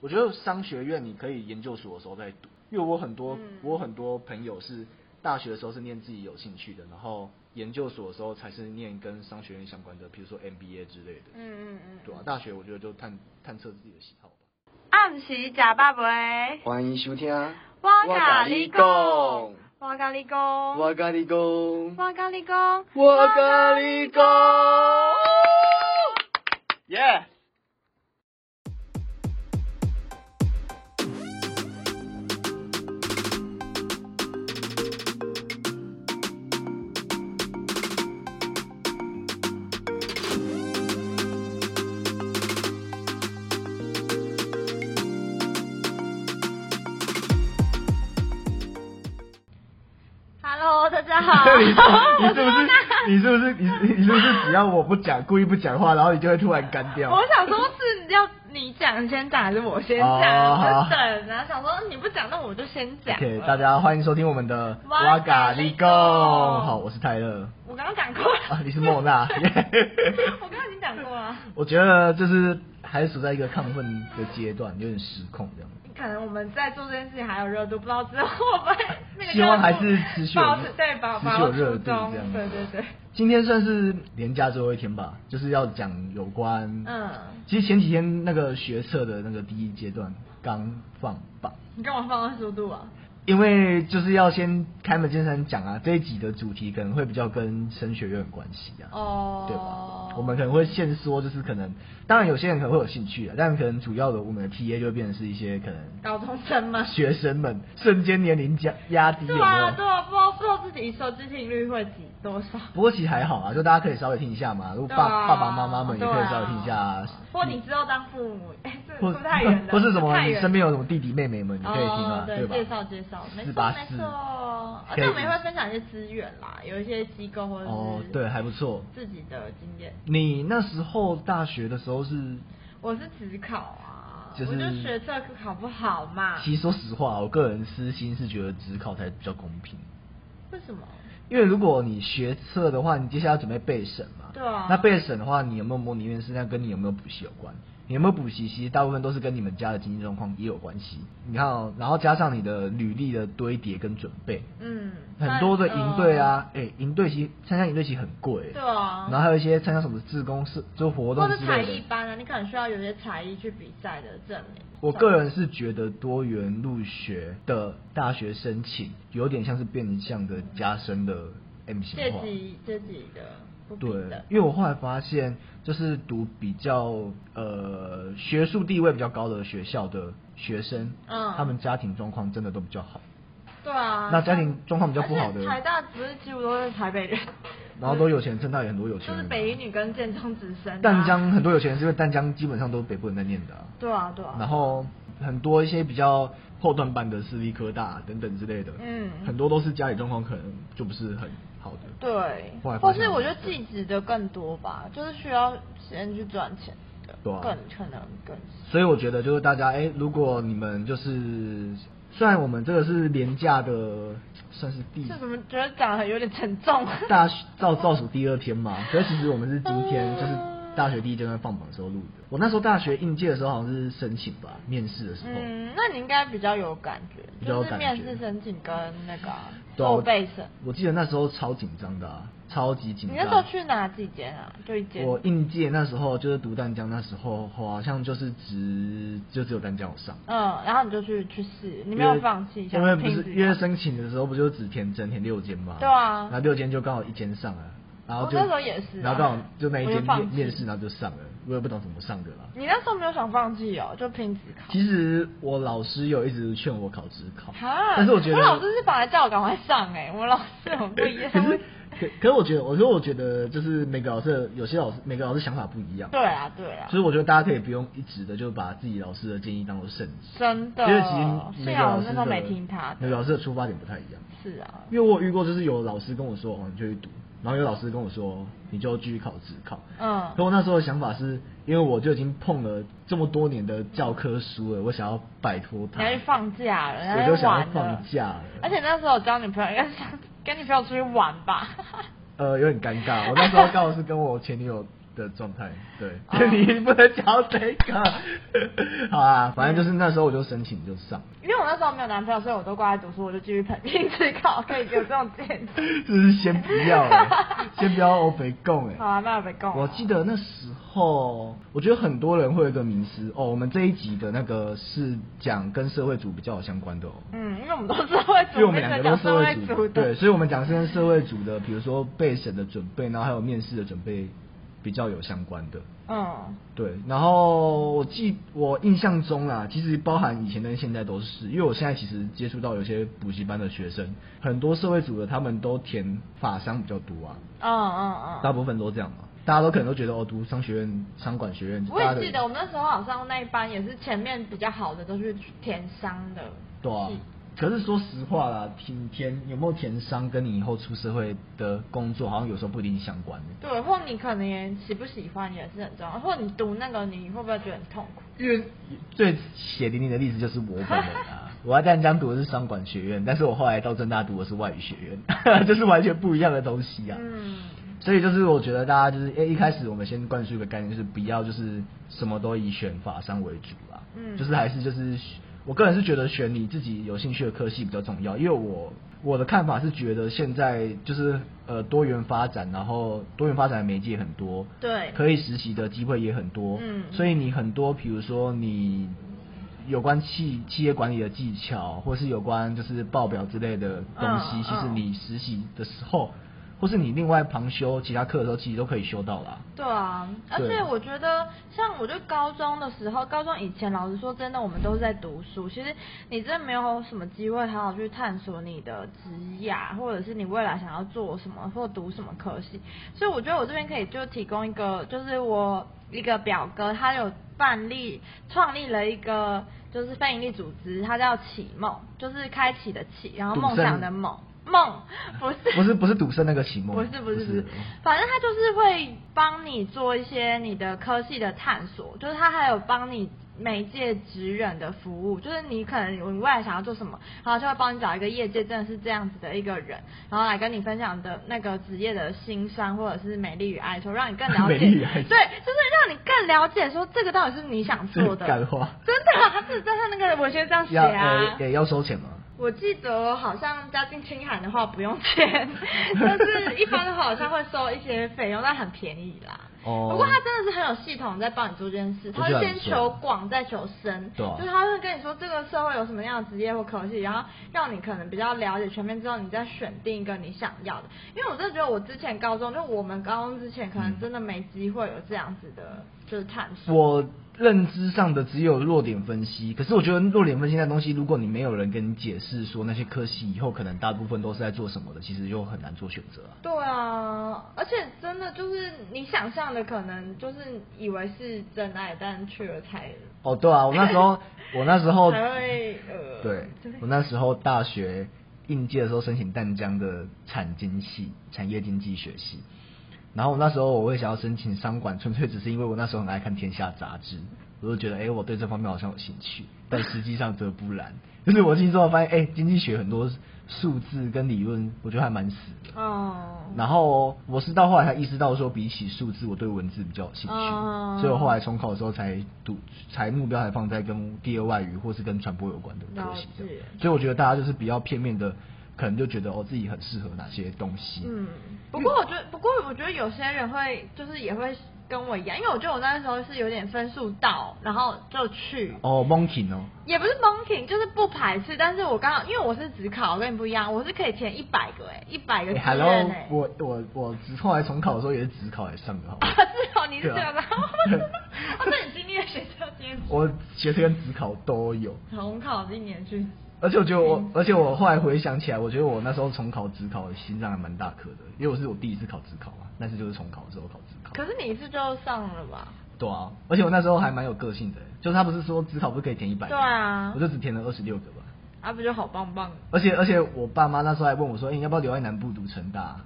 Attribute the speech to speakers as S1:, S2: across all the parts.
S1: 我觉得商学院你可以研究所的时候再读，因为我很多、
S2: 嗯
S1: 我很多朋友是大学的时候是念自己有兴趣的，然后研究所的时候才是念跟商学院相关的，比如说 MBA 之类的。
S2: 嗯嗯嗯，
S1: 对啊，大学我觉得就探探测自己的喜好吧。
S2: 暗时假爸爸，
S3: 欢迎收听。啊
S2: 我甲你讲，我甲你讲，
S3: 我跟你讲，
S2: 我甲你讲，
S3: 我跟你讲，耶！
S2: Hello，大家好。
S1: 你你是不
S2: 我
S1: 是你是不是你你你是不是只要我不讲，故意不讲话，然后你就会突然干掉？
S2: 我想说是要你讲先讲还是我先讲？
S1: 哦好
S2: 我就等啊，想说你不讲，那我就先讲。
S1: OK，大家欢迎收听我们的
S2: 哇嘎
S1: 利
S2: 利
S1: 贡。
S2: 贡
S1: 好，我是泰勒。
S2: 我刚刚讲过了。
S1: 啊你是莫娜
S2: 我刚刚已经讲过了。
S1: 我觉得就是还是处在一个亢奋的阶段，有点失控这样。
S2: 可能我们在做这件事情还有热度，不知道之后会不会那个热度
S1: 希望还是持续有
S2: 保持对保
S1: 持续
S2: 保
S1: 有
S2: 持
S1: 热
S2: 初
S1: 度这样
S2: 衷。。对对对，。
S1: 今天算是年假最后一天吧，就是要讲有关。
S2: 嗯。
S1: 其实前几天那个学测的那个第一阶段刚放榜，
S2: 你跟我放二十度啊？
S1: 因为就是要先开门见山讲啊，这一集的主题可能会比较跟升学院有关系啊。
S2: 哦，
S1: 对吧？我们可能会限缩，就是可能，当然有些人可能会有兴趣啊，但可能主要的我们的 TA 就会变成是一些可能
S2: 高中生嘛。
S1: 学生们瞬间年龄加压低有没
S2: 对啊，对
S1: 有？
S2: 啊，不知道不知道自己收机听率会几多少。
S1: 不过其实还好啊，就大家可以稍微听一下嘛，如果
S2: 对
S1: 爸、
S2: 啊
S1: 爸爸妈妈们也可以
S2: 对啊
S1: 稍微听一下、
S2: 或你之后当父母，哎，这
S1: 或
S2: 不太远 的，
S1: 或是什么
S2: 太
S1: 你
S2: 远
S1: 身边有什么弟弟妹妹们，你可以听
S2: 哦
S1: 啊，，
S2: 对，
S1: 吧？
S2: 介绍介绍，没
S1: 四
S2: 错
S1: 八
S2: 没
S1: 四
S2: 错，而
S1: 可
S2: 且
S1: 以
S2: 我们也会分享一些资源啦，有一些机构或者是
S1: 哦，对，还不错。
S2: 自己的经验。
S1: 你那时候大学的时候是，
S2: 我是只考啊，
S1: 就是
S2: 我就学这个考不好嘛。
S1: 其实说实话，我个人私心是觉得只考才比较公平。
S2: 为什么？
S1: 因为如果你学测的话，你接下来要准备备审嘛。
S2: 对啊
S1: 那备审的话，你有没有模拟面试，那跟你有没有补习有关。你有没有补习，其实大部分都是跟你们家的经济状况也有关系。你看、哦，然后加上你的履历的堆叠跟准备，
S2: 嗯，
S1: 很多的营队啊，哎、营队其实参加营队其实很贵。
S2: 对啊
S1: 然后还有一些参加什么志工社就活
S2: 呃，
S1: 动
S2: 或
S1: 之
S2: 者
S1: 类
S2: 是
S1: 的。
S2: 才艺班啊，你可能需要有些才艺去比赛的证明。
S1: 我个人是觉得多元入学的大学申请有点像是变相的加深的 M 型
S2: 这
S1: 化。
S2: 己这己的不比
S1: 对
S2: 的，，
S1: 因为我后来发现，就是读比较呃学术地位比较高的学校的学生，
S2: 嗯
S1: 他们家庭状况真的都比较好，
S2: 对啊。
S1: 那家庭状况比较不好的
S2: 而且台大不是几乎都是台北人，
S1: 然后都有钱，正大也很多有钱
S2: 就是
S1: 人。啊
S2: 北一女跟建中直升、啊。
S1: 淡江很多有钱人是因为淡江基本上都是北部人在念的、啊，
S2: 对啊对啊。
S1: 然后很多一些比较后段班的私立科大等等之类的，
S2: 嗯
S1: 很多都是家里状况可能就不是很好的。
S2: 对
S1: 后来，发
S2: 或
S1: 现
S2: 是我
S1: 很
S2: 觉得
S1: 多
S2: 技职的更多吧，就是需要先去赚钱的，
S1: 对啊
S2: 更可能更是
S1: 所以我觉得就是大家，哎、如果你们就是，虽然我们这个是廉价的，算是第
S2: 这怎么觉得讲的有点沉重？
S1: 大学倒倒数第二天嘛， 可是其实我们是今天就是
S2: 嗯
S1: 大学第一阶段放榜的时候录的。我那时候大学应届的时候好像是申请吧，面试的时候。
S2: 嗯，那你应该比较有感觉，
S1: 比较有
S2: 就是
S1: 感
S2: 面
S1: 觉
S2: 试申请跟那个啊
S1: 对啊
S2: 做
S1: 我
S2: 备审。
S1: 我记得那时候超紧张的、啊，超级紧
S2: 你
S1: 张。
S2: 那时候去哪几间啊？就一间。
S1: 我应届那时候就是读淡江，那时候好像就是只就只有淡江有上。
S2: 嗯，然后你就去去试，你没
S1: 因
S2: 有
S1: 为
S2: 放弃，
S1: 因为
S2: 想
S1: 不
S2: 拼
S1: 是
S2: 自己
S1: 因为
S2: 吗
S1: 申请的时候不就只填整填六间嘛？
S2: 对啊
S1: 然后六间就刚好一间上了，然后
S2: 我
S1: 就
S2: 那时候也是啊
S1: 然后刚好就那一
S2: 我就
S1: 间
S2: 放
S1: 面
S2: 弃
S1: 面试，然后就上了，我也不懂怎么上的啦。
S2: 你那时候没有想放弃哦，就拼职考。
S1: 其实我老师有一直劝我考职考，
S2: 哈，
S1: 但是我觉得
S2: 我老师是本来叫我赶快上哎、 我老师很不一样。
S1: 可是可可是我觉得，我说我觉得就是每个老师的有些老师每个老师想法不一样，
S2: 对啊，对啊。
S1: 所以我觉得大家可以不用一直的就把自己老师的建议当做圣旨，
S2: 真的，
S1: 因为其实每
S2: 幸
S1: 个
S2: 好
S1: 老
S2: 我
S1: 师
S2: 那时候
S1: 的
S2: 没听他
S1: 每
S2: 的。
S1: 个老师的出发点不太一样。
S2: 是啊，
S1: 因为我有遇过，就是有老师跟我说，哦，你就去读，然后有老师跟我说，你就继续考职考。
S2: 嗯
S1: 可我那时候的想法是，因为我就已经碰了这么多年的教科书了，我想要摆脱
S2: 你
S1: 它。
S2: 要去放假了，然
S1: 我
S2: 后
S1: 就
S2: 去
S1: 想要
S2: 玩了
S1: 放假了
S2: 而且那时候我交女朋友，应该是想跟女朋友出去玩吧。
S1: 呃，有点尴尬。我那时候刚好是跟我前女友的状态，对，
S2: 哦
S1: 你不能讲这个， 好啊，反正就是那时候我就申请就上，
S2: 因为我那时候没有男朋友，所以我都挂在读书，我就继续拼拼自考，可以给我这种建议。
S1: 就是先不要、 欸，先不要欧北共哎、
S2: 好啊，那我被告了。
S1: 我记得那时候，我觉得很多人会有一个迷失哦。我们这一集的那个是讲跟社会组比较有相关的哦，
S2: 嗯，因为我们都是会
S1: 因为
S2: 组，
S1: 我们两个都
S2: 讲
S1: 是
S2: 社
S1: 社
S2: 会
S1: 会
S2: 组
S1: 组，
S2: 的，
S1: 对，所以我们讲是跟社会组的，比如说备审的准备，然后还有面试的准备比较有相关的。
S2: 嗯，
S1: 对，然后我记我印象中啦，其实包含以前跟现在都是，因为我现在其实接触到有些补习班的学生，很多社会组的他们都填法商比较多啊，
S2: 嗯嗯
S1: 大
S2: 嗯。
S1: 部分都这样嘛，大家都可能都觉得哦，读商学院、商管学院，
S2: 我
S1: 大家
S2: 也
S1: 的
S2: 记得我们那时候好像那一班也是前面比较好的都是填商的，
S1: 对啊
S2: 系。
S1: 可是说实话啦，填填有没有填商，跟你以后出社会的工作好像有时候不一定相关的。
S2: 对，或你可能也喜不喜欢也是很重要，或你读那个你会不会觉得很痛苦？
S1: 因为最血淋淋的例子就是我本人啊， 我在淡江读的是商管学院，但是我后来到正大读的是外语学院， 就是完全不一样的东西啊。
S2: 嗯，
S1: 所以就是我觉得大家就是，诶、一开始我们先灌输一个概念，就是不要就是什么都以选法商为主啦。
S2: 嗯
S1: 就是还是就是，我个人是觉得选你自己有兴趣的科系比较重要，因为我我的看法是觉得现在就是呃多元发展，然后多元发展的媒介很多，
S2: 对
S1: 可以实习的机会也很多，
S2: 嗯
S1: 所以你很多比如说你。有关企企业管理的技巧，或是有关就是报表之类的东西，
S2: 嗯
S1: 其实
S2: 嗯
S1: 你实习的时候，或是你另外旁修其他课的时候，其实都可以修到啦。
S2: 对啊，而
S1: 对
S2: 且我觉得，像我就高中的时候，高中以前，老实说，真的我们都是在读书。其实你真的没有什么机会好好去探索你的职业，啊或者是你未来想要做什么或读什么科系。所以我觉得我这边可以就提供一个，就是我一个表哥，他有办立创立了一个就是非营利组织，它叫启梦，就是开启的启，然后
S1: 赌
S2: 梦
S1: 圣
S2: 想的梦，梦不是
S1: 不是不是赌圣那个启蒙，
S2: 不是不是不是，反正他就是会帮你做一些你的科系的探索，就是他还有帮你媒介职人的服务，就是你可能你未来想要做什么，然后就会帮你找一个业界真的是这样子的一个人，然后来跟你分享的那个职业的辛酸或者是美丽与哀愁，让你更 了
S1: 美
S2: 解，
S1: 丽与
S2: 对，
S1: 哀愁
S2: 就是让你更了解说这个到底是你想做的，
S1: 这是干话
S2: 真的、啊，他自己在他那个文学这样写
S1: 要
S2: 啊
S1: 呃，也要收钱吗？
S2: 我记得好像家境清寒的话不用 钱，但是一般的话好像会收一些费用，但很便宜啦。
S1: 哦
S2: 不过他真的是很有系统在帮你做这件事，
S1: 我
S2: 他
S1: 觉得
S2: 会
S1: 很
S2: 先求广再求深，
S1: 对啊
S2: 就是他会跟你说这个社会有什么样的职业或科系，然后让你可能比较了解全面之后，你再选定一个你想要的。因为我真的觉得我之前高中，就我们高中之前可
S1: 嗯
S2: 能真的没机会有这样子的，就是探索。
S1: 我认知上的只有弱点分析，可是我觉得弱点分析那东西，如果你没有人跟你解释说那些科系以后可能大部分都是在做什么的，其实就很难做选择啊。
S2: 对啊，而且真的就是你想象的，可能就是以为是真爱，但去了才
S1: 哦，对啊，我那时 候我那时候
S2: 才会呃，
S1: 哦对，我那时候大学应届的时候申请淡江的产经系、产业经济学系，然后我那时候我会想要申请商管，纯粹只是因为我那时候很爱看《天下》杂志，我就觉得哎、诶我对这方面好像有兴趣，但实际上则不然。 就是我进去之后发现，哎、经济学很多数字跟理论，我觉得还蛮死的。
S2: 哦，
S1: 嗯然后我是到后来才意识到说，比起数字，我对文字比较有兴趣，
S2: 哦
S1: 所以我后来重考的时候才读，才目标还放在跟第二外语或是跟传播有关的科系这样
S2: 了解
S1: 所以我觉得大家就是比较片面的，可能就觉得哦自己很适合哪些东西。
S2: 嗯，不过我觉得，不过我觉得有些人会就是也会跟我一样，因为我觉得我那时候是有点分数到，然后就去。
S1: 哦，monkey 哦，
S2: 也不是 monkey，就是不排斥，但是我刚好因为我是只考，跟你不一样，我是可以填一百个哎、一百个志
S1: 诶
S2: 愿
S1: hello，
S2: 哎、
S1: 我我我只后来重考的时候也是只考也上的好吗
S2: 啊，是哦，你是这
S1: 对啊
S2: 样的， 哦，那你今天学校今天
S1: 我学生跟只考都有。
S2: 重考一年去，
S1: 而且我觉得
S2: 嗯
S1: 我，而且我后来回想起来，我觉得我那时候重考、职考心脏还蛮大颗的，因为我是我第一次考职考嘛，但是就是重考的时候考职考。
S2: 可是你一次就上了吧？
S1: 对啊，而且我那时候还蛮有个性的，就是他不是说职考不是可以填一百？
S2: 对啊
S1: 我就只填了二十六个吧。
S2: 啊，不就好棒棒？
S1: 而且而且我爸妈那时候还问我说，哎、你要不要留在南部读成大？啊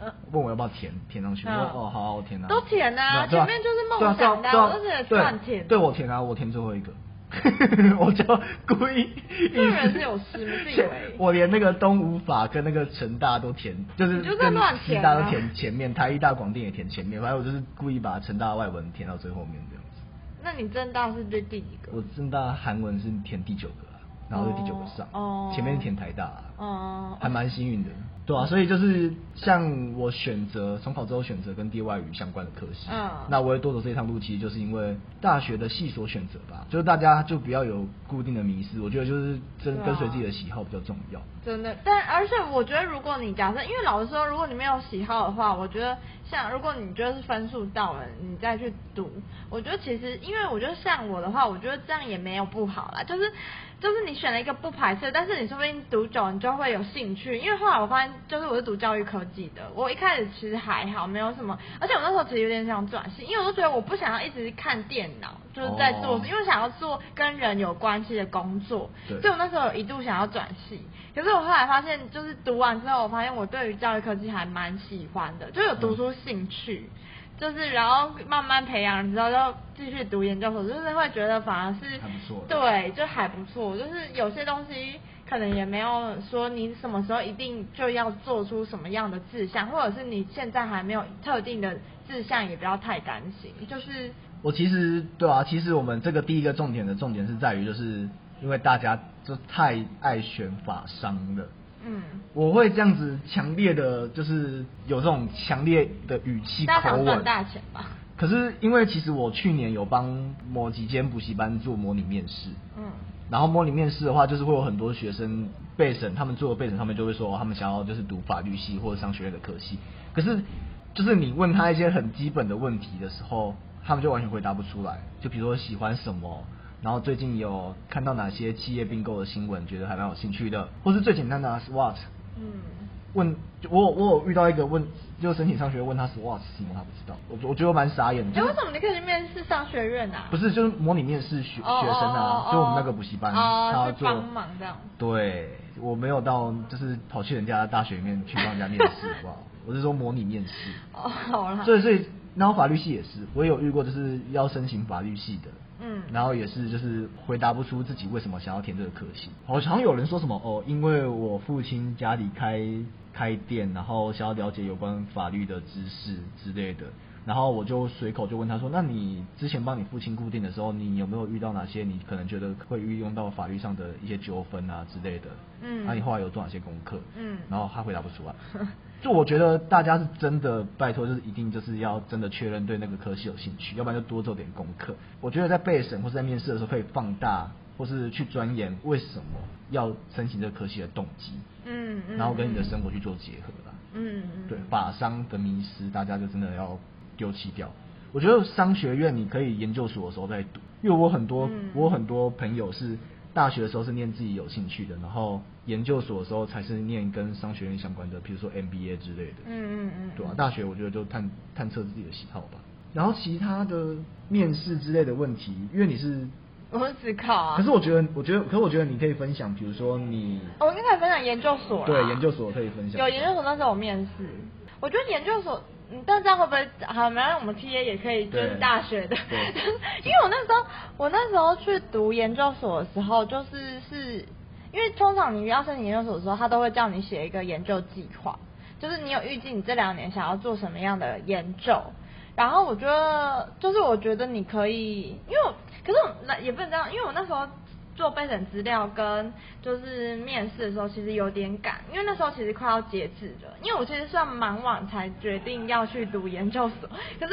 S2: 呃，
S1: 问我要不要填填上去，我
S2: 嗯
S1: 说哦好啊，我填啊，
S2: 都填啊
S1: 对对
S2: 前面就是梦
S1: 对啊
S2: 想的啊
S1: 对啊
S2: 我都是
S1: 对
S2: 乱填
S1: 对我填啊，我填最后一个， 我就故意
S2: 这个人是有事吗自以为
S1: 我连那个东吴法跟那个成大都填，就是
S2: 你就在
S1: 跟
S2: 乱
S1: 师
S2: 填
S1: 大都
S2: 啊
S1: 填前面，台一大广电也填前面，反正我就是故意把成大的外文填到最后面这样子。
S2: 那你正大是对第几个？
S1: 我正大韩文是填第九个啊、然后是第九个上，
S2: 哦哦
S1: 前面是填台大、啊，
S2: 哦嗯
S1: 还蛮幸运的。对啊，所以就是像我选择重考之后选择跟地外语相关的科系，
S2: 嗯
S1: 那我会多走这一趟路，其实就是因为大学的系所选择吧，就是大家就不要有固定的迷失，我觉得就是跟、
S2: 对啊
S1: 跟随自己的喜好比较重要。
S2: 真的，但而且我觉得，如果你假设，因为老实说，如果你没有喜好的话，我觉得像如果你觉得是分数到了，你再去读，我觉得其实，因为我觉得像我的话，我觉得这样也没有不好啦，就是就是你选了一个不排斥，但是你说不定读久了你就会有兴趣，因为后来我发现，就是我是读教育科技的，我一开始其实还好，没有什么，而且我那时候其实有点想转系，因为我就觉得我不想要一直看电脑，就是在做，
S1: 哦
S2: 因为我想要做跟人有关系的工作，
S1: 对
S2: 所以我那时候有一度想要转系，可是我后来发现，就是读完之后，我发现我对于教育科技还蛮喜欢的，就有读书兴趣，就是然后慢慢培养之后，就继续读研究所，就是会觉得反而是
S1: 还不错
S2: 对，就还不错，就是有些东西。可能也没有说你什么时候一定就要做出什么样的志向，或者是你现在还没有特定的志向，也不要太担心。就是
S1: 我其实对啊，其实我们这个第一个重点的重点是在于，就是因为大家就太爱选法商了。
S2: 嗯，
S1: 我会这样子强烈的，就是有这种强烈的语气
S2: 大家
S1: 口
S2: 想赚
S1: 吻，
S2: 大钱吧？
S1: 可是因为其实我去年有帮某几间补习班做模拟面试，
S2: 嗯，
S1: 然后模拟面试的话，就是会有很多学生备审，他们做的备审，他们就会说、哦他们想要就是读法律系或者商学院的科系。可是就是你问他一些很基本的问题的时候，他们就完全回答不出来。就比如说喜欢什么，然后最近有看到哪些企业并购的新闻，觉得还蛮有兴趣的，或是最简单的啊 SWOT。
S2: 嗯，
S1: 问我有我有遇到一个问，就申请商学院问他 SWOT 是什么，他不知道。我我觉得我蛮傻眼的。
S2: 哎、
S1: 就是
S2: 为什么你可以去面试上学院啊？
S1: 不
S2: 是，
S1: 是，就是模拟面试学学生
S2: 哦
S1: 啊
S2: 哦哦，哦
S1: 就我们那个补习班，
S2: 哦
S1: 他要
S2: 是
S1: 做
S2: 帮忙这样
S1: 对，我没有到，就是跑去人家的大学里面去帮人家面试，好不好？我是说模拟面试。
S2: 哦，好啦，
S1: 所以，所以，然后法律系也是，我也有遇过，就是要申请法律系的，
S2: 嗯
S1: 然后也是就是回答不出自己为什么想要填这个科系。好像有人说什么哦，因为我父亲家里开开店，然后想要了解有关法律的知识之类的。然后我就随口就问他说：“那你之前帮你父亲固定的时候，你有没有遇到哪些你可能觉得会运用到法律上的一些纠纷啊之类的？
S2: 嗯
S1: 那、你后来有做哪些功课？
S2: 嗯
S1: 然后他回答不出 来。就我觉得大家是真的，拜托就是一定就是要真的确认对那个科系有兴趣，要不然就多做点功课。我觉得在备审或是在面试的时候，可以放大或是去钻研为什么要申请这个科系的动机，
S2: 嗯嗯，
S1: 然后跟你的生活去做结合啦。
S2: 嗯，嗯
S1: 对，法商的迷失，大家就真的要丢弃掉。我觉得商学院你可以研究所的时候再读，因为我很多、
S2: 嗯
S1: 我很多朋友是大学的时候是念自己有兴趣的，然后研究所的时候才是念跟商学院相关的，比如说 MBA 之类的。
S2: 嗯嗯嗯，
S1: 对啊，大学我觉得就探探测自己的喜好吧。然后其他的面试之类的问题，因为你是，
S2: 我是只考啊，
S1: 可是我觉得，我觉得，可是我觉得你可以分享，比如说你
S2: 哦我应该分享研究所啦
S1: 嗯
S2: 啊
S1: 对研究所可以分享
S2: 有研究所那时候我面试，我觉得研究所，嗯，但这样会不会好？没关系，我们 T A 也可以，就
S1: 对
S2: 是大学的，
S1: 对
S2: 因为我那时候我那时候去读研究所的时候，就是是因为通常你要申请研究所的时候，他都会叫你写一个研究计划，就是你有预计你这两年想要做什么样的研究。然后我觉得，就是我觉得你可以，因为我可是我那也不能这样，因为我那时候做备审资料跟就是面试的时候，其实有点赶，因为那时候其实快要截止了。因为我其实算蛮晚才决定要去读研究所，可是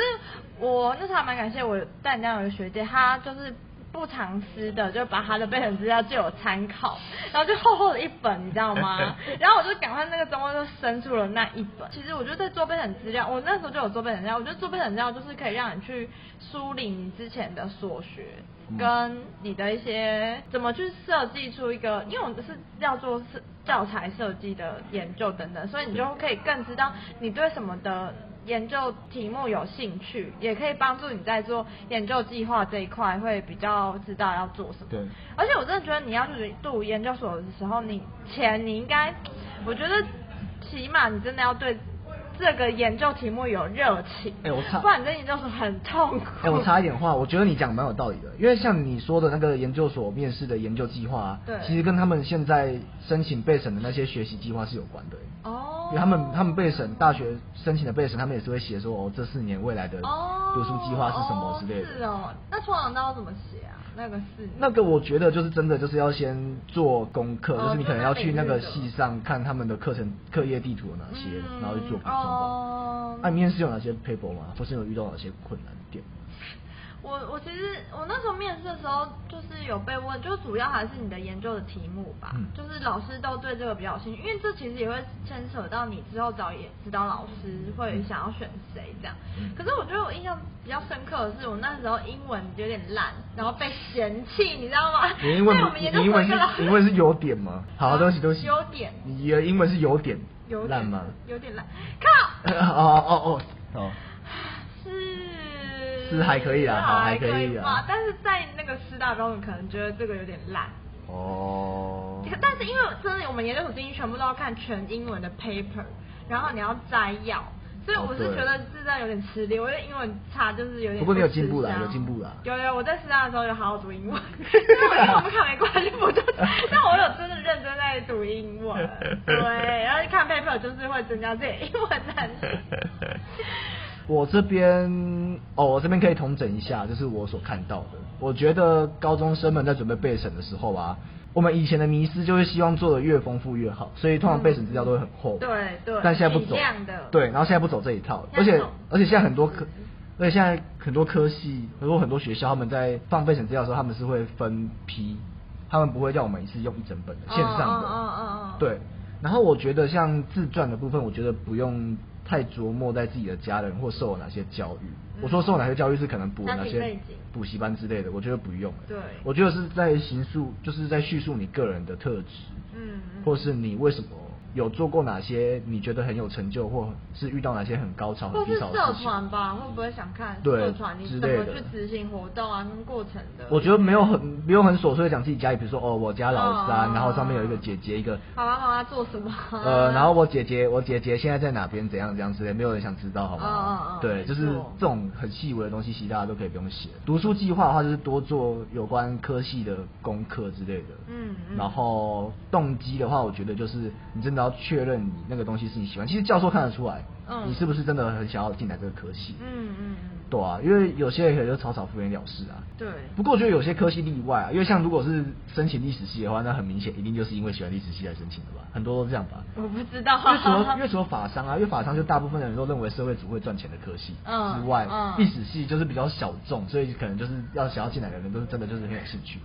S2: 我那时候还蛮感谢我淡江有个学姐，她就是。不藏私的，就把她的备审资料借我参考，然后就厚厚的一本，你知道吗？然后我就赶快那个周末就生出了那一本。其实我就在做备审资料，我那时候就有做备审资料。我觉得做备审资料就是可以让你去梳理你之前的所学，
S1: 嗯
S2: 跟你的一些怎么去设计出一个，因为我们是要做是教材设计的研究等等，所以你就可以更知道你对什么的。研究题目有兴趣，也可以帮助你在做研究计划这一块会比较知道要做什么。
S1: 对
S2: 而且我真的觉得你要去读研究所的时候，你钱你应该，我觉得起码你真的要对这个研究题目有热情，
S1: 哎我差
S2: 不然你这研究所很痛苦。
S1: 哎、我插一点话，我觉得你讲得蛮有道理的，因为像你说的那个研究所面试的研究计划、啊，
S2: 对
S1: 其实跟他们现在申请备审的那些学习计划是有关的、
S2: 哦，
S1: 因为他们他们备审大学申请的备审，他们也是会写说哦，这四年未来的
S2: 哦
S1: 读书计划是什么之类的。
S2: 哦是哦，那通常那要怎么写啊？那个是
S1: 那个我觉得就是真的就是要先做功课，
S2: 哦
S1: 就是你可能要去那个
S2: 就是那
S1: 系上看他们的课程课业地图有哪些，
S2: 嗯
S1: 然后去做补充吧。
S2: 哦，
S1: 那、你面试有哪些 paper 吗？或是有遇到哪些困难点？
S2: 我我其实我那时候面试的时候，就是有被问，就主要还是你的研究的题目吧，
S1: 嗯
S2: 就是老师都对这个比较有兴趣，因为这其实也会牵扯到你之后找也指导老师会想要选谁这样。
S1: 嗯
S2: 可是我觉得我印象比较深刻的是，我那时候英文有点烂，然后被嫌弃，你知道吗？
S1: 你英文
S2: 被我们研究
S1: 你英文
S2: 所一个老
S1: 是
S2: 师
S1: 你英文是有点 吗？好，对不起对不起，
S2: 有点
S1: 你的英文是有点
S2: 有
S1: 烂
S2: 点
S1: 吗？
S2: 有点烂，靠！
S1: 哦哦哦哦，
S2: 是啊
S1: 是还可以啊啦好还可
S2: 可
S1: 以啦
S2: 吧但是在那个师大中，可能觉得这个有点烂。
S1: 哦，
S2: 但是因为真的，我们研究所进去全部都要看全英文的 paper，然后你要摘要，所以
S1: 哦
S2: 我是
S1: 对
S2: 觉得自在有点吃力，我觉得英文差就是有点
S1: 不过你有
S2: 吃香
S1: 进步啦有进步啦
S2: 有有，我在师大的时候有好好读 英文，因为我英文不看没关系，我就但我有真的认真在读英文，对，然后看 paper 就是会增加自己的英文能 力。
S1: 我这边哦，我这边可以统整一下，就是我所看到的。我觉得高中生们在准备备审的时候啊，我们以前的迷思就是希望做的越丰富越好，所以通常备审资料都会很厚。
S2: 对对
S1: 但现在不走
S2: 尽量的。
S1: 对，然后现在不走这一套，而
S2: 现在
S1: 且
S2: 走
S1: 而且现在很多科，而且现在很多科系，很多很多学校他们在放备审资料的时候，他们是会分批，他们不会叫我们一次用一整本的
S2: 哦
S1: 线上的。
S2: 哦哦哦哦
S1: 对，然后我觉得像自传的部分，我觉得不用太琢磨在自己的家人或受了哪些教育。我说受哪些教育是可能补
S2: 家庭
S1: 哪些
S2: 嗯背景
S1: 补习班之类的，我觉得不用、欸。
S2: 对
S1: 我觉得是在形塑，就是在叙述你个人的特质，
S2: 嗯嗯
S1: 或是你为什么有做过哪些你觉得很有成就，或是遇到哪些很高潮、
S2: 或
S1: 很低
S2: 是
S1: 潮
S2: 社
S1: 的事情。
S2: 团吧，会不会想看
S1: 对
S2: 社团你
S1: 之
S2: 怎么
S1: 类的
S2: 去执行活动啊，跟过程的？
S1: 我觉得没有很不用很琐碎地讲自己家里，比如说哦我家老三，
S2: 哦
S1: 然后上面有一个姐姐一个
S2: 好啊好啊，做什么啊？
S1: 呃，然后我姐姐，我姐姐现在在哪边，怎样怎样之类，没有人想知道，好吗？
S2: 嗯嗯嗯
S1: 对，就是
S2: 没错
S1: 这种很细微的东西，其实大家都可以不用写。读书计划的话，就是多做有关科系的功课之类的。
S2: 嗯嗯
S1: 然后动机的话，我觉得就是你真的要确认你那个东西是你喜欢，其实教授看得出来，
S2: 嗯
S1: 你是不是真的很想要进来这个科系？
S2: 嗯嗯嗯，
S1: 对啊，因为有些人可能就草草敷衍了事啊。
S2: 对，
S1: 不过我觉得有些科系例外啊，因为像如果是申请历史系的话，那很明显一定就是因为喜欢历史系来申请的吧，很多都这样吧。
S2: 我不知道
S1: 因为除 了因为除了法商啊，因为法商就大部分的人都认为社会主会赚钱的科系
S2: 嗯
S1: 之外
S2: 嗯，
S1: 历史系就是比较小众，所以可能就是要想要进来的人都是真的就是很有兴趣，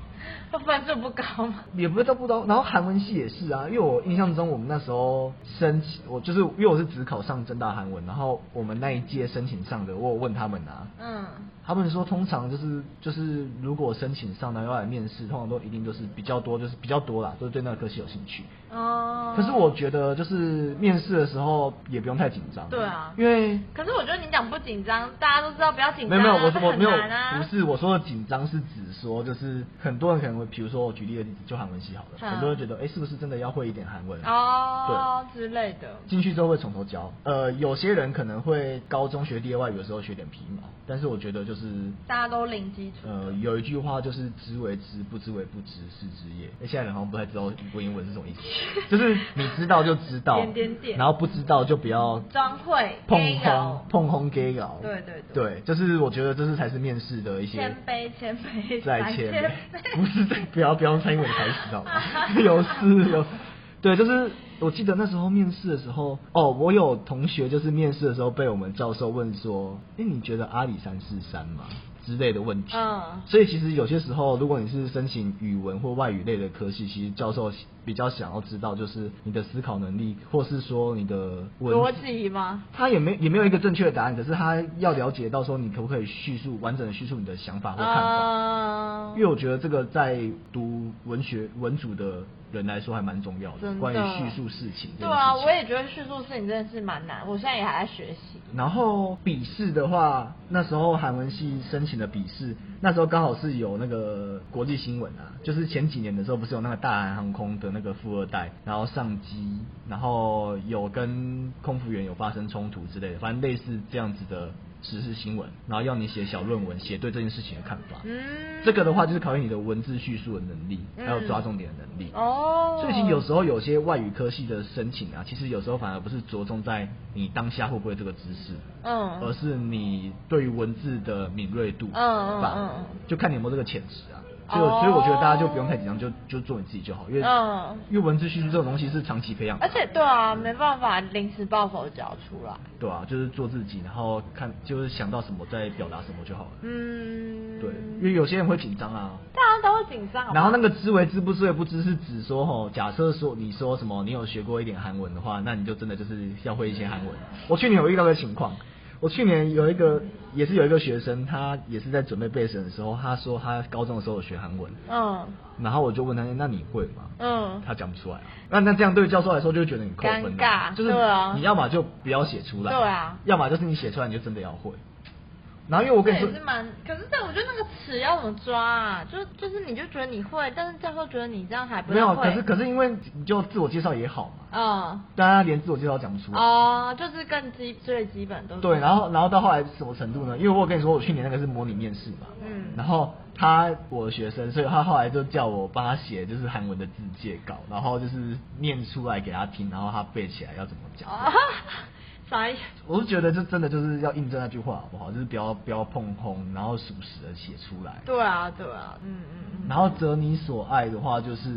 S2: 会分数不高吗？
S1: 也不是都不懂。然后韩文系也是啊，因为我印象中我们那时候申请，我就是因为我是只考上正大韩文，然后我们那一届申请上的，我有问他们啊，
S2: 嗯，
S1: 他们说，通常就是就是，如果申请上呢要来面试，通常都一定就是比较多，就是比较多啦，都是对那个科系有兴趣。
S2: 哦。
S1: 可是我觉得，就是面试的时候也不用太紧张。
S2: 对啊
S1: 因为
S2: 可是我觉得你讲不紧张，大家都知道不要紧
S1: 没
S2: 张
S1: 有
S2: 啊，
S1: 没有，我
S2: 这
S1: 我
S2: 很
S1: 没有，
S2: 难啊
S1: 不是我说的紧张是指说，就是很多人可能会，比如说我举例的例子，就韩文系好了，
S2: 嗯
S1: 很多人觉得，哎，是不是真的要会一点韩文？
S2: 哦之类的。
S1: 进去之后会从头教，呃，有些人可能会高中学第二外语的时候学点皮毛，但是我觉得就是
S2: 大家都零基础的
S1: 呃，有一句话就是“知为知，不知为不知，是知 也”欸。现在人好像不太知道文言文是什么意思，就是你知道就知道，
S2: 点点点
S1: 然后不知道就不要
S2: 装会
S1: 碰
S2: 给
S1: 轰
S2: 搞
S1: 碰轰 gay 搞。
S2: 对对对
S1: 对，就是我觉得这是才是面试的一些
S2: 谦卑谦卑
S1: 在
S2: 再
S1: 谦
S2: 谦
S1: 卑，
S2: 卑
S1: 不是在不要不要用蔡英文开始，知道 吗？有事有，对，就是我记得那时候面试的时候，哦，我有同学就是面试的时候被我们教授问说，哎，你觉得阿里山是山吗？之类的问题，
S2: 嗯
S1: 所以其实有些时候，如果你是申请语文或外语类的科系，其实教授比较想要知道就是你的思考能力，或是说你的文字
S2: 逻辑吗？
S1: 他也没也没有一个正确的答案，可是他要了解到说你可不可以叙述完整的叙述你的想法或看法，
S2: 啊
S1: 因为我觉得这个在读文学文组的人来说还蛮重要的，
S2: 真的
S1: 关于叙述事情这件事情。
S2: 对啊，我也觉得叙述事情真的是蛮难，我现在也还在学习。
S1: 然后笔试的话，那时候韩文系申请请的笔试，那时候刚好是有那个国际新闻啊，就是前几年的时啊候不是有那个大韩航空的那个富二代，然后上机，然后有跟空服员有发生冲突之类的，反正类似这样子的时事新闻，然后要你写小论文，写对这件事情的看法。
S2: 嗯
S1: 这个的话就是考验你的文字叙述的能力，还有抓重点的能力。
S2: 哦，
S1: 所以其实有时
S2: 候
S1: 候有些外语科系的申请啊，其实有时候反而不是着重在你当下会不会这个知识，
S2: 嗯，
S1: 而是你对于文字的敏锐度，
S2: 嗯嗯
S1: 吧
S2: 嗯嗯
S1: 就看你有没有这个潜质啊。所以我、
S2: 哦
S1: 所以我觉得大家就不用太紧张，就就做你自己就好，因为、
S2: 嗯
S1: 因为文字叙述这种东西是长期培养的，
S2: 而且对啊，没办法临时抱佛脚出来，
S1: 对啊，就是做自己，然后看就是想到什么再表达什么就好了。
S2: 嗯，
S1: 对，因为有些人会紧张啊，
S2: 大家都会紧张，
S1: 然后那个知为知不知为不知是指说吼，假设说你说什么你有学过一点韩文的话，那你就真的就是要会一些韩文。
S2: 嗯
S1: 我去年有遇到个情况，我去年有一个也是有一个学生，他也是在准备备审的时候，他说他高中的时候有学韩文，
S2: 嗯
S1: 然后我就问他欸那你会吗？
S2: 嗯，
S1: 他讲不出来、啊，那那这样对教授来说就会觉得你扣分、
S2: 尴尬
S1: 就是
S2: 对啊
S1: 你要么就不要写出来，
S2: 对啊
S1: 要么就是你写出来你就真的要会。然后因为我跟你
S2: 这
S1: 说
S2: 也是，蛮，可是这我觉得那个尺要怎么抓啊？就就是你就觉得你会，但是教授觉得你这样还不
S1: 没有，啊
S2: 太会
S1: 可是可是因为你就自我介绍也好嘛，
S2: 嗯
S1: 大家连自我介绍讲不出来。
S2: 哦，就是更基最基本都是
S1: 对，然后然后到后来什么程度呢？因为我有跟你说，我去年那个是模拟面试嘛，
S2: 嗯
S1: 然后他我的学生，所以他后来就叫我帮他写就是韩文的字介稿，然后就是念出来给他听，然后他背起来要怎么讲。
S2: 啊， 啥意思？
S1: 我是觉得就真的就是要印证那句话好不好？就是不要不要碰空，然后属实的写出来。
S2: 对啊对啊，嗯嗯嗯，
S1: 然后择你所爱的话，就是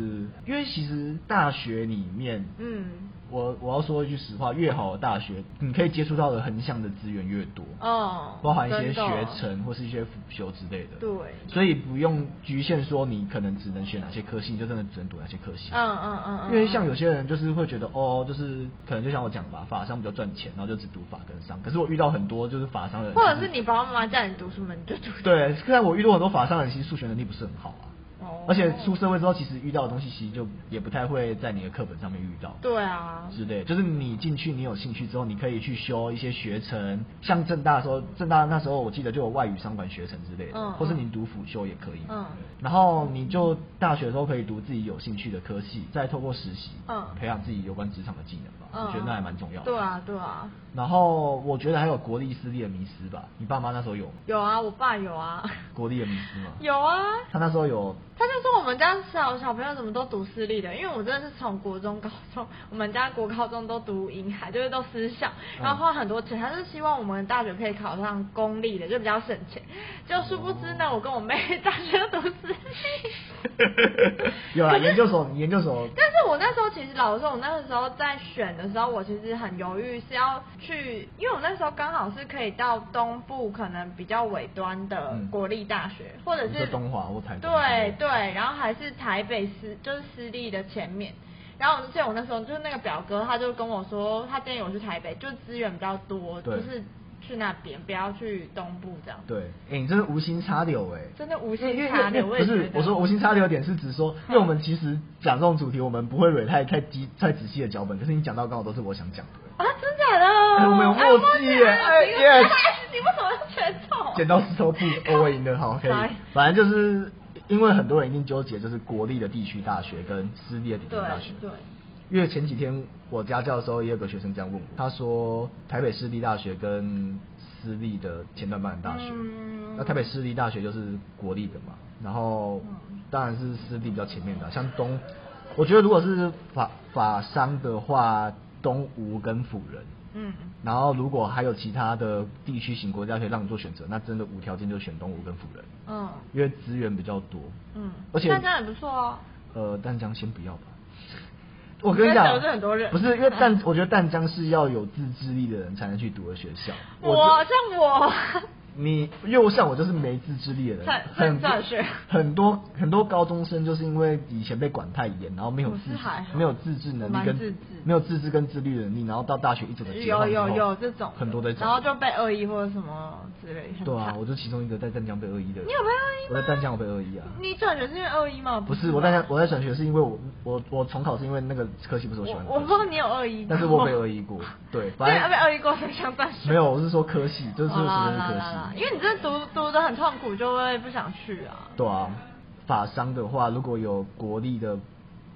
S1: 因为其实大学里面，
S2: 嗯
S1: 我我要说一句实话，越好的大学，你可以接触到的横向的资源越多。
S2: 哦，
S1: 包含一些
S2: 真的
S1: 学程或是一些辅修之类的。
S2: 对
S1: 所以不用局限说你可能只能选哪些科系，你就真的只能读哪些科系。
S2: 嗯嗯嗯，嗯
S1: 因为像有些人就是会觉得哦，就是可能就像我讲吧，法商比较赚钱，然后就只读法跟商。可是我遇到很多就是法商的人，
S2: 或者是你爸爸妈妈叫你读什么你就读，
S1: 嗯对，虽然我遇到很多法商人，其实数学能力不是很好啊。
S2: 哦
S1: 而且出社会之后，其实遇到的东西其实就也不太会在你的课本上面遇到。
S2: 对啊，
S1: 之类，就是你进去，你有兴趣之后，你可以去修一些学程，像正大的时候，正大那时候我记得就有外语商管学程之类的，
S2: 嗯
S1: 或是你读辅修也可以。
S2: 嗯，
S1: 然后你就大学的时候可以读自己有兴趣的科系，再透过实习，
S2: 嗯
S1: 培养自己有关职场的技能吧。
S2: 嗯
S1: 我觉得那还蛮重要的。
S2: 对啊对啊，
S1: 然后我觉得还有国立私立的迷失吧，你爸妈那时候有吗？
S2: 有啊，我爸有啊，
S1: 国立的迷失吗？
S2: 有啊，
S1: 他那时候 有
S2: 他就说我们家小小朋友怎么都读私立的，因为我真的是从国中、高中，我们家国高中都读银海，就是都私校，
S1: 嗯
S2: 然后花很多钱。他是希望我们大学可以考上公立的，就比较省钱。就殊不知呢，我跟我妹 大学都读私 立。
S1: 有啦，研究所研究所
S2: 但是我那时候其实老实说，我那个时候在选的时候，我其实很犹豫是要去，因为我那时候刚好是可以到东部可能比较尾端的
S1: 嗯
S2: 国立大学，或者
S1: 你
S2: 是
S1: 说东华或台东
S2: 对对，然后还是台北私就是私立的前面。然后我记得我那时候就是那个表哥，他就跟我说，他建议我去台北，就资源比较多，就
S1: 对
S2: 是去那边，不要去东部这样。
S1: 对，哎、你真的无心插柳哎、
S2: 真的无
S1: 因为
S2: 心插柳，
S1: 因
S2: 我
S1: 为
S2: 也
S1: 不
S2: 觉
S1: 是
S2: 得。嗯
S1: 我说无心插柳的点是指说，因为我们其实讲这种主题，我们不会蕊太太仔太仔细的脚本，可是你讲到刚好都是我想讲的，
S2: 啊，真假的？
S1: 哎我们有默契耶哎
S2: 耶！
S1: 耶
S2: 你为什么要全中？
S1: 剪刀石头布，哦，我赢了，好，可以
S2: 来，
S1: 反正就是因为很多人一定纠结，就是国立的地区大学跟私立的地区
S2: 对
S1: 大学，
S2: 对，
S1: 因为前几天我家教的时候，也有个学生这样问我，他说台北市立大学跟私立的前段班的大学，
S2: 嗯
S1: 那台北市立大学就是国立的嘛，然后
S2: 嗯
S1: 当然是私立比较前面的，像东，我觉得如果是法法商的话，东吴跟辅仁，
S2: 嗯，
S1: 然后如果还有其他的地区型国家可以让你做选择，那真的无条件就选东吴跟辅仁，
S2: 嗯
S1: 因为资源比较多，
S2: 嗯，
S1: 而且
S2: 那这样也不错哦。
S1: 呃，淡江先不要 吧。我跟你讲，
S2: 但是我是很多人
S1: 不是因为淡，我觉得淡江是要有自制力的人才能去读的学校。
S2: 我像我，
S1: 你因为我像我就是没自制力的人
S2: 在，
S1: 很
S2: 在大学
S1: 很多很多高中生就是因为以前被管太严，然后没有
S2: 我
S1: 自
S2: 是还好
S1: 没有自制能
S2: 我蛮
S1: 力跟
S2: 自制
S1: 没有自制跟自律能力，然后到大学一整个解
S2: 有
S1: 放之后
S2: 有有这种的，
S1: 很多的，
S2: 然后就被恶意或者什么之类，很
S1: 对啊，
S2: 惨
S1: 我就其中一个在淡江被恶意的人。
S2: 你有被恶意吗
S1: 我在淡江我被恶意啊。
S2: 你转哦学是啊因为二一吗？
S1: 不是
S2: 吧
S1: 我在家我在转学是因为我我我重考是因为那个科系不是我喜欢的科
S2: 我
S1: 系
S2: 我不知道你有恶意过
S1: 但是我被恶意过，对，
S2: 对，
S1: 反
S2: 被
S1: 正
S2: 二一过才想转学。
S1: 没有，我是说科系，就是
S2: 好
S1: 说
S2: 啦
S1: 是
S2: 啦
S1: 科
S2: 啦啦啊，因为你真的读读的很痛苦，就会不想去啊。
S1: 对啊，法商的话，如果有国立的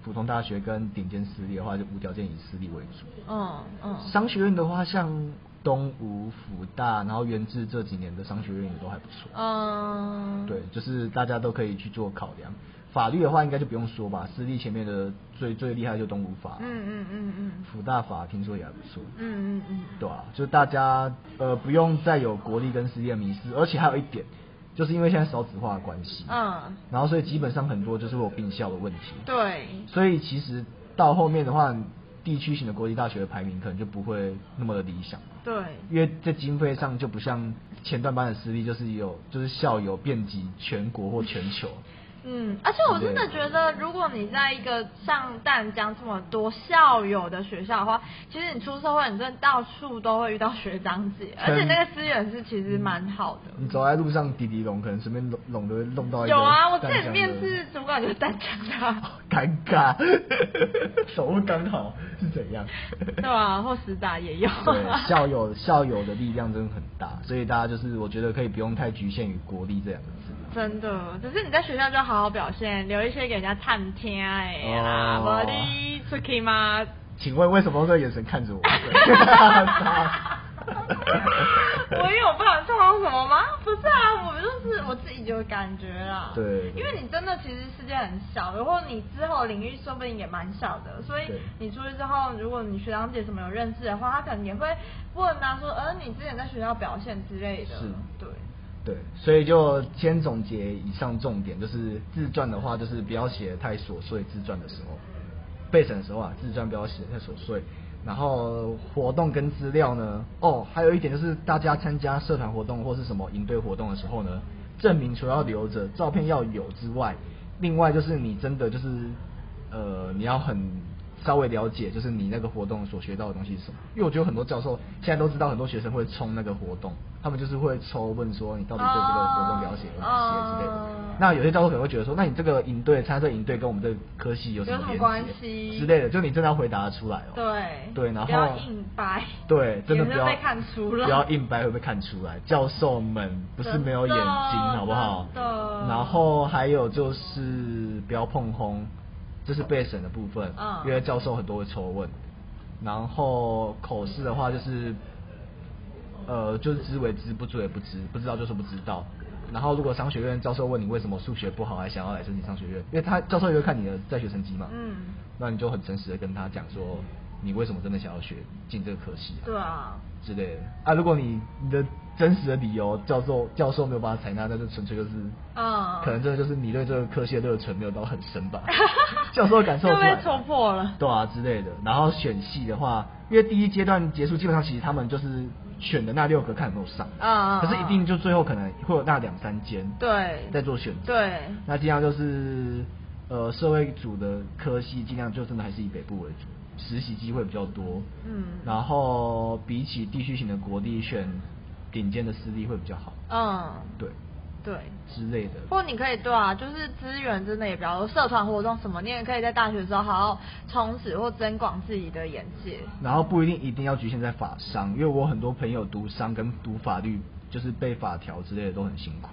S1: 普通大学跟顶尖私立的话，就无条件以私立为主。
S2: 嗯嗯，
S1: 商学院的话，像东吴、辅大，然后源自这几年的商学院也都还不错。
S2: 嗯，
S1: 对，就是大家都可以去做考量。法律的话，应该就不用说吧，私立前面的最最厉害就东吴法，
S2: 嗯嗯嗯嗯
S1: 辅大法听说也还不错。
S2: 嗯嗯嗯，
S1: 对啊，就大家呃不用再有国力跟实力的迷失，而且还有一点，就是因为现在少子化的关系，
S2: 嗯，
S1: 然后所以基本上很多就是会有并校的问题，
S2: 对，
S1: 所以其实到后面的话，地区型的国立大学的排名可能就不会那么的理想，
S2: 对，
S1: 因为在经费上就不像前段班的私立，就是有就是校友遍及全国或全球，
S2: 嗯，而且我真的觉得，如果你在一个像淡江这么多校友的学校的话，其实你出社会，你真的到处都会遇到学长姐，而且那个资源是其实蛮好的。
S1: 你走在路上滴滴龙，可能随便拢拢都会弄到一个
S2: 嗯有啊，我之
S1: 淡江的
S2: 前面试主管就是淡江的啊、
S1: 尴尬， 手握刚好是怎 样？
S2: 对啊，或实打也有。
S1: 对，校友校友的力量真的很大，所以大家就是我觉得可以不用太局限于国力这两个字。
S2: 真的，只是你在学校就好好表现，留一些给人家探听啊哎的啦，无、
S1: 哦
S2: 你出去嘛。
S1: 请问为什么这个眼神看着我？
S2: 我有办法做到什么吗？不是啊，我就是我自己有感觉啦。
S1: 对
S2: 因为你真的其实世界很小，然后你之后领域说不定也蛮小的，所以
S1: 对
S2: 你出去之后，如果你学长姐什么有认识的话，他可能也会问啊，说，呃，你之前在学校表现之类的。
S1: 是
S2: 对。
S1: 对，所以就先总结以上重点，就是自传的话，就是不要写得太琐碎。自传的时候，备审的时候啊，自传不要写得太琐碎。然后活动跟资料呢，哦，还有一点就是大家参加社团活动或是什么营队活动的时候呢，证明除了要留着，照片要有之外，另外就是你真的就是呃，你要很稍微了解，就是你那个活动所学到的东西是什么。因为我觉得很多教授现在都知道，很多学生会冲那个活动，他们就是会抽问说你到底对这个活动了解有哪些之类的
S2: 哦。
S1: 那有些教授可能会觉得说，那你这个营队参加这个营队跟我们这个科系有什
S2: 有什么
S1: 么
S2: 关
S1: 关系
S2: 系
S1: 之类的，就你真的要回答得出来哦。
S2: 对
S1: 对，然后
S2: 不要硬掰
S1: 对，真的
S2: 也
S1: 不
S2: 是
S1: 要
S2: 被看出来
S1: 不要硬掰会被看出来。教授们不是没有眼睛，
S2: 真的
S1: 好不好？
S2: 真的
S1: 然后还有就是不要碰轰，这是备审的部分，
S2: 嗯
S1: 因为教授很多会抽问。然后口试的话就是，呃，就是知为知，不知为不知，不知道就说不知道。然后如果商学院教授问你为什么数学不好，还想要来申请商学院，因为他教授也会看你的在学成绩嘛，
S2: 嗯，
S1: 那你就很诚实的跟他讲说，你为什么真的想要学进这个科系、啊？
S2: 对啊，
S1: 之类的啊。如果你你的真实的理由教授教授没有办法采纳，那就纯粹就是，
S2: 嗯
S1: 可能真的就是你对这个科系的热忱没有到很深 吧，教授感受出
S2: 就
S1: 来
S2: 被戳破了
S1: 对啊之类的。然后选系的话，因为第一阶段结束，基本上其实他们就是选的那六个看有没有上，
S2: 嗯嗯
S1: 可是一定就最后可能会有那两三间，
S2: 对
S1: 在做选择，
S2: 对
S1: 那尽量就是呃社会组的科系，尽量就真的还是以北部为主，实习机会比较多。
S2: 嗯
S1: 然后比起地区型的国力，选顶尖的私立会比较好。
S2: 嗯，
S1: 对，
S2: 对。
S1: 之类的。
S2: 或你可以对啊，就是资源真的也比较多，社团活动什么，你也可以在大学的时候好好充实或增广自己的眼界。，
S1: 然后不一定一定要局限在法商，因为我很多朋友读商跟读法律，就是背法条之类的都很辛苦。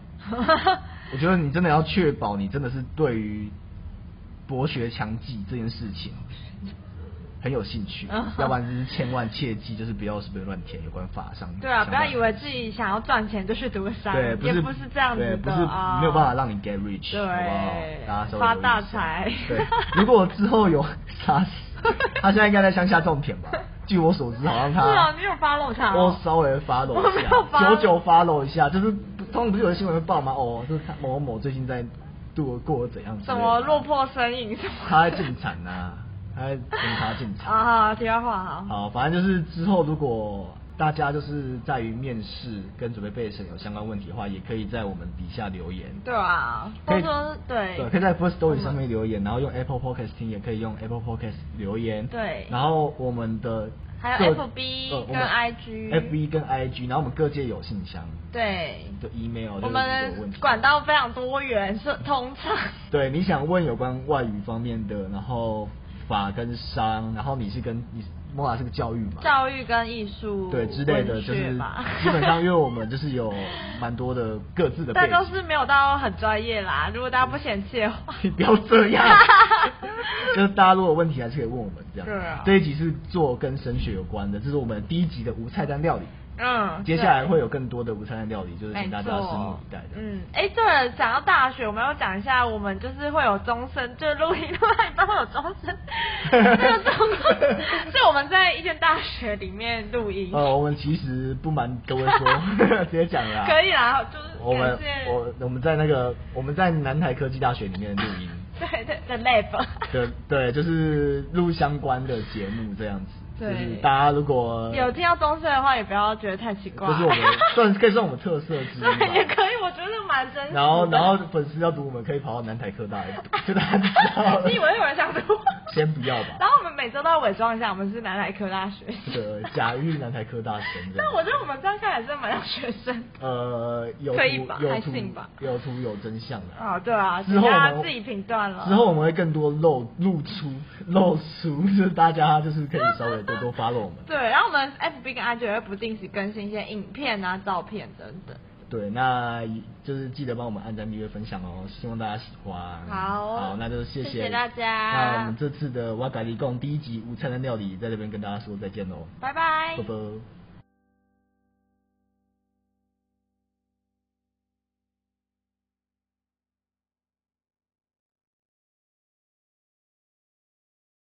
S1: 我觉得你真的要确保你真的是对于博学强记这件事情很有兴趣 要不然就是千万切记就是不要随便乱填有关法商。
S2: 对啊，
S1: 相
S2: 不
S1: 关
S2: 要
S1: 的
S2: 以为自己想要赚钱就去读商，
S1: 对，不
S2: 也
S1: 是
S2: 不是这样子
S1: 对
S2: 的，
S1: 不是
S2: 啊
S1: 没有办法让你 get rich，
S2: 对
S1: 好不好？大家稍微
S2: 发
S1: 留意一下
S2: 大财
S1: 对，如果之后有 杀死，他现在应该在乡下种田吧？据我所知，好像他
S2: 是啊你有 follow 他哦
S1: 我稍微 follow
S2: 我没
S1: 一
S2: 有
S1: 下，久
S2: follow
S1: 久 follow 一下，就是不通常不是有的新闻会报吗？哦，就是他某某最近在度过怎样之类
S2: 什
S1: 的
S2: 么落魄身影什么 的。
S1: 他在进产啊，他在警察进 产
S2: 啊，好，题外话好。
S1: 好，反正就是之后如果大家就是在于面试跟准备备审有相关问题的话，也可以在我们底下留言。
S2: 对啊，
S1: 可
S2: 或
S1: 以
S2: 者说对，
S1: 对，可以在 First
S2: 我
S1: Story
S2: 们
S1: 上面留言，然后用 Apple Podcast 听，也可以用 Apple Podcast 留言。
S2: 对
S1: 然后我们的
S2: 还有
S1: 各
S2: FB
S1: 呃我们
S2: 跟 IG
S1: FB 跟 IG，然后我们各界有信箱
S2: 对，
S1: 的 email，
S2: 我
S1: 就是如果哦有问
S2: 们
S1: 题
S2: 管道非常多元，是通 畅。
S1: 对，你想问有关外语方面的，然后法跟商，然后你是跟你莫拉是个教育嘛，
S2: 教育跟艺术
S1: 对之类的，
S2: 文
S1: 就
S2: 学
S1: 是
S2: 吧
S1: 基本上因为我们就是 有蛮多的各自的背
S2: 但都
S1: 景，
S2: 是没有到很专业啦。如果大家不嫌弃的话，
S1: 你 不要这 样，就是大家如果有问题还是可以问我们这样。
S2: 对啊
S1: 这一集是做跟升学有关的，这是我们第一集的无菜单料理，
S2: 嗯，
S1: 接下来
S2: 对
S1: 会有更多的无菜单料理，就是
S2: 没
S1: 请大家拭目
S2: 错
S1: 以待的。
S2: 嗯，哎、对了，讲到大学，我们要讲一下，我们就是会有终身，就是录音的话一般会有终 身，这个终身，就我们在一间大学里面录音，
S1: 呃，我们其实不瞒各位 说，直接讲了、
S2: 可以啦，就是
S1: 我们
S2: 感谢
S1: 我我们在那个我们在南台科技大学里面录音
S2: 对对的 lab，
S1: 对对，就是录相关的节目这样子。
S2: 对
S1: 就是大家如果
S2: 有听到终身的话，也不要觉得太奇怪，
S1: 这是我们算是可以算我们特色之一
S2: 对也
S1: 吧。
S2: 可以，我觉得蛮真实的。
S1: 然后然后粉丝要读，我们可以跑到南台科大来读，就大家知道了
S2: 你以为有人想读？
S1: 先不要吧
S2: 然后我们每周都要伪装一下，我们是南台科大学。
S1: 这 个假玉南台科大生这样
S2: 但我觉得我们这样看来真的蛮像学生。
S1: 呃有图
S2: 可以吧
S1: 有
S2: 还
S1: 图
S2: 行吧
S1: 有图有真相的。
S2: 啊，对啊，
S1: 之后
S2: 请大
S1: 我
S2: 家
S1: 们
S2: 自己评断了。
S1: 之后我们会更多露露出露出，就是大家就是可以稍微多多 follow 我们。
S2: 对，然后我们 FB 跟 IG 也会不定时更新一些影片啊、照片等等。
S1: 对，那就是记得帮我们按赞、订阅、分享哦，希望大家喜欢。
S2: 好哦
S1: 好，那就谢
S2: 谢谢大家
S1: 那我们这次的瓦咖喱贡第一集无菜单料理在这边跟大家说再见喽，哦
S2: 拜拜
S1: 拜。拜。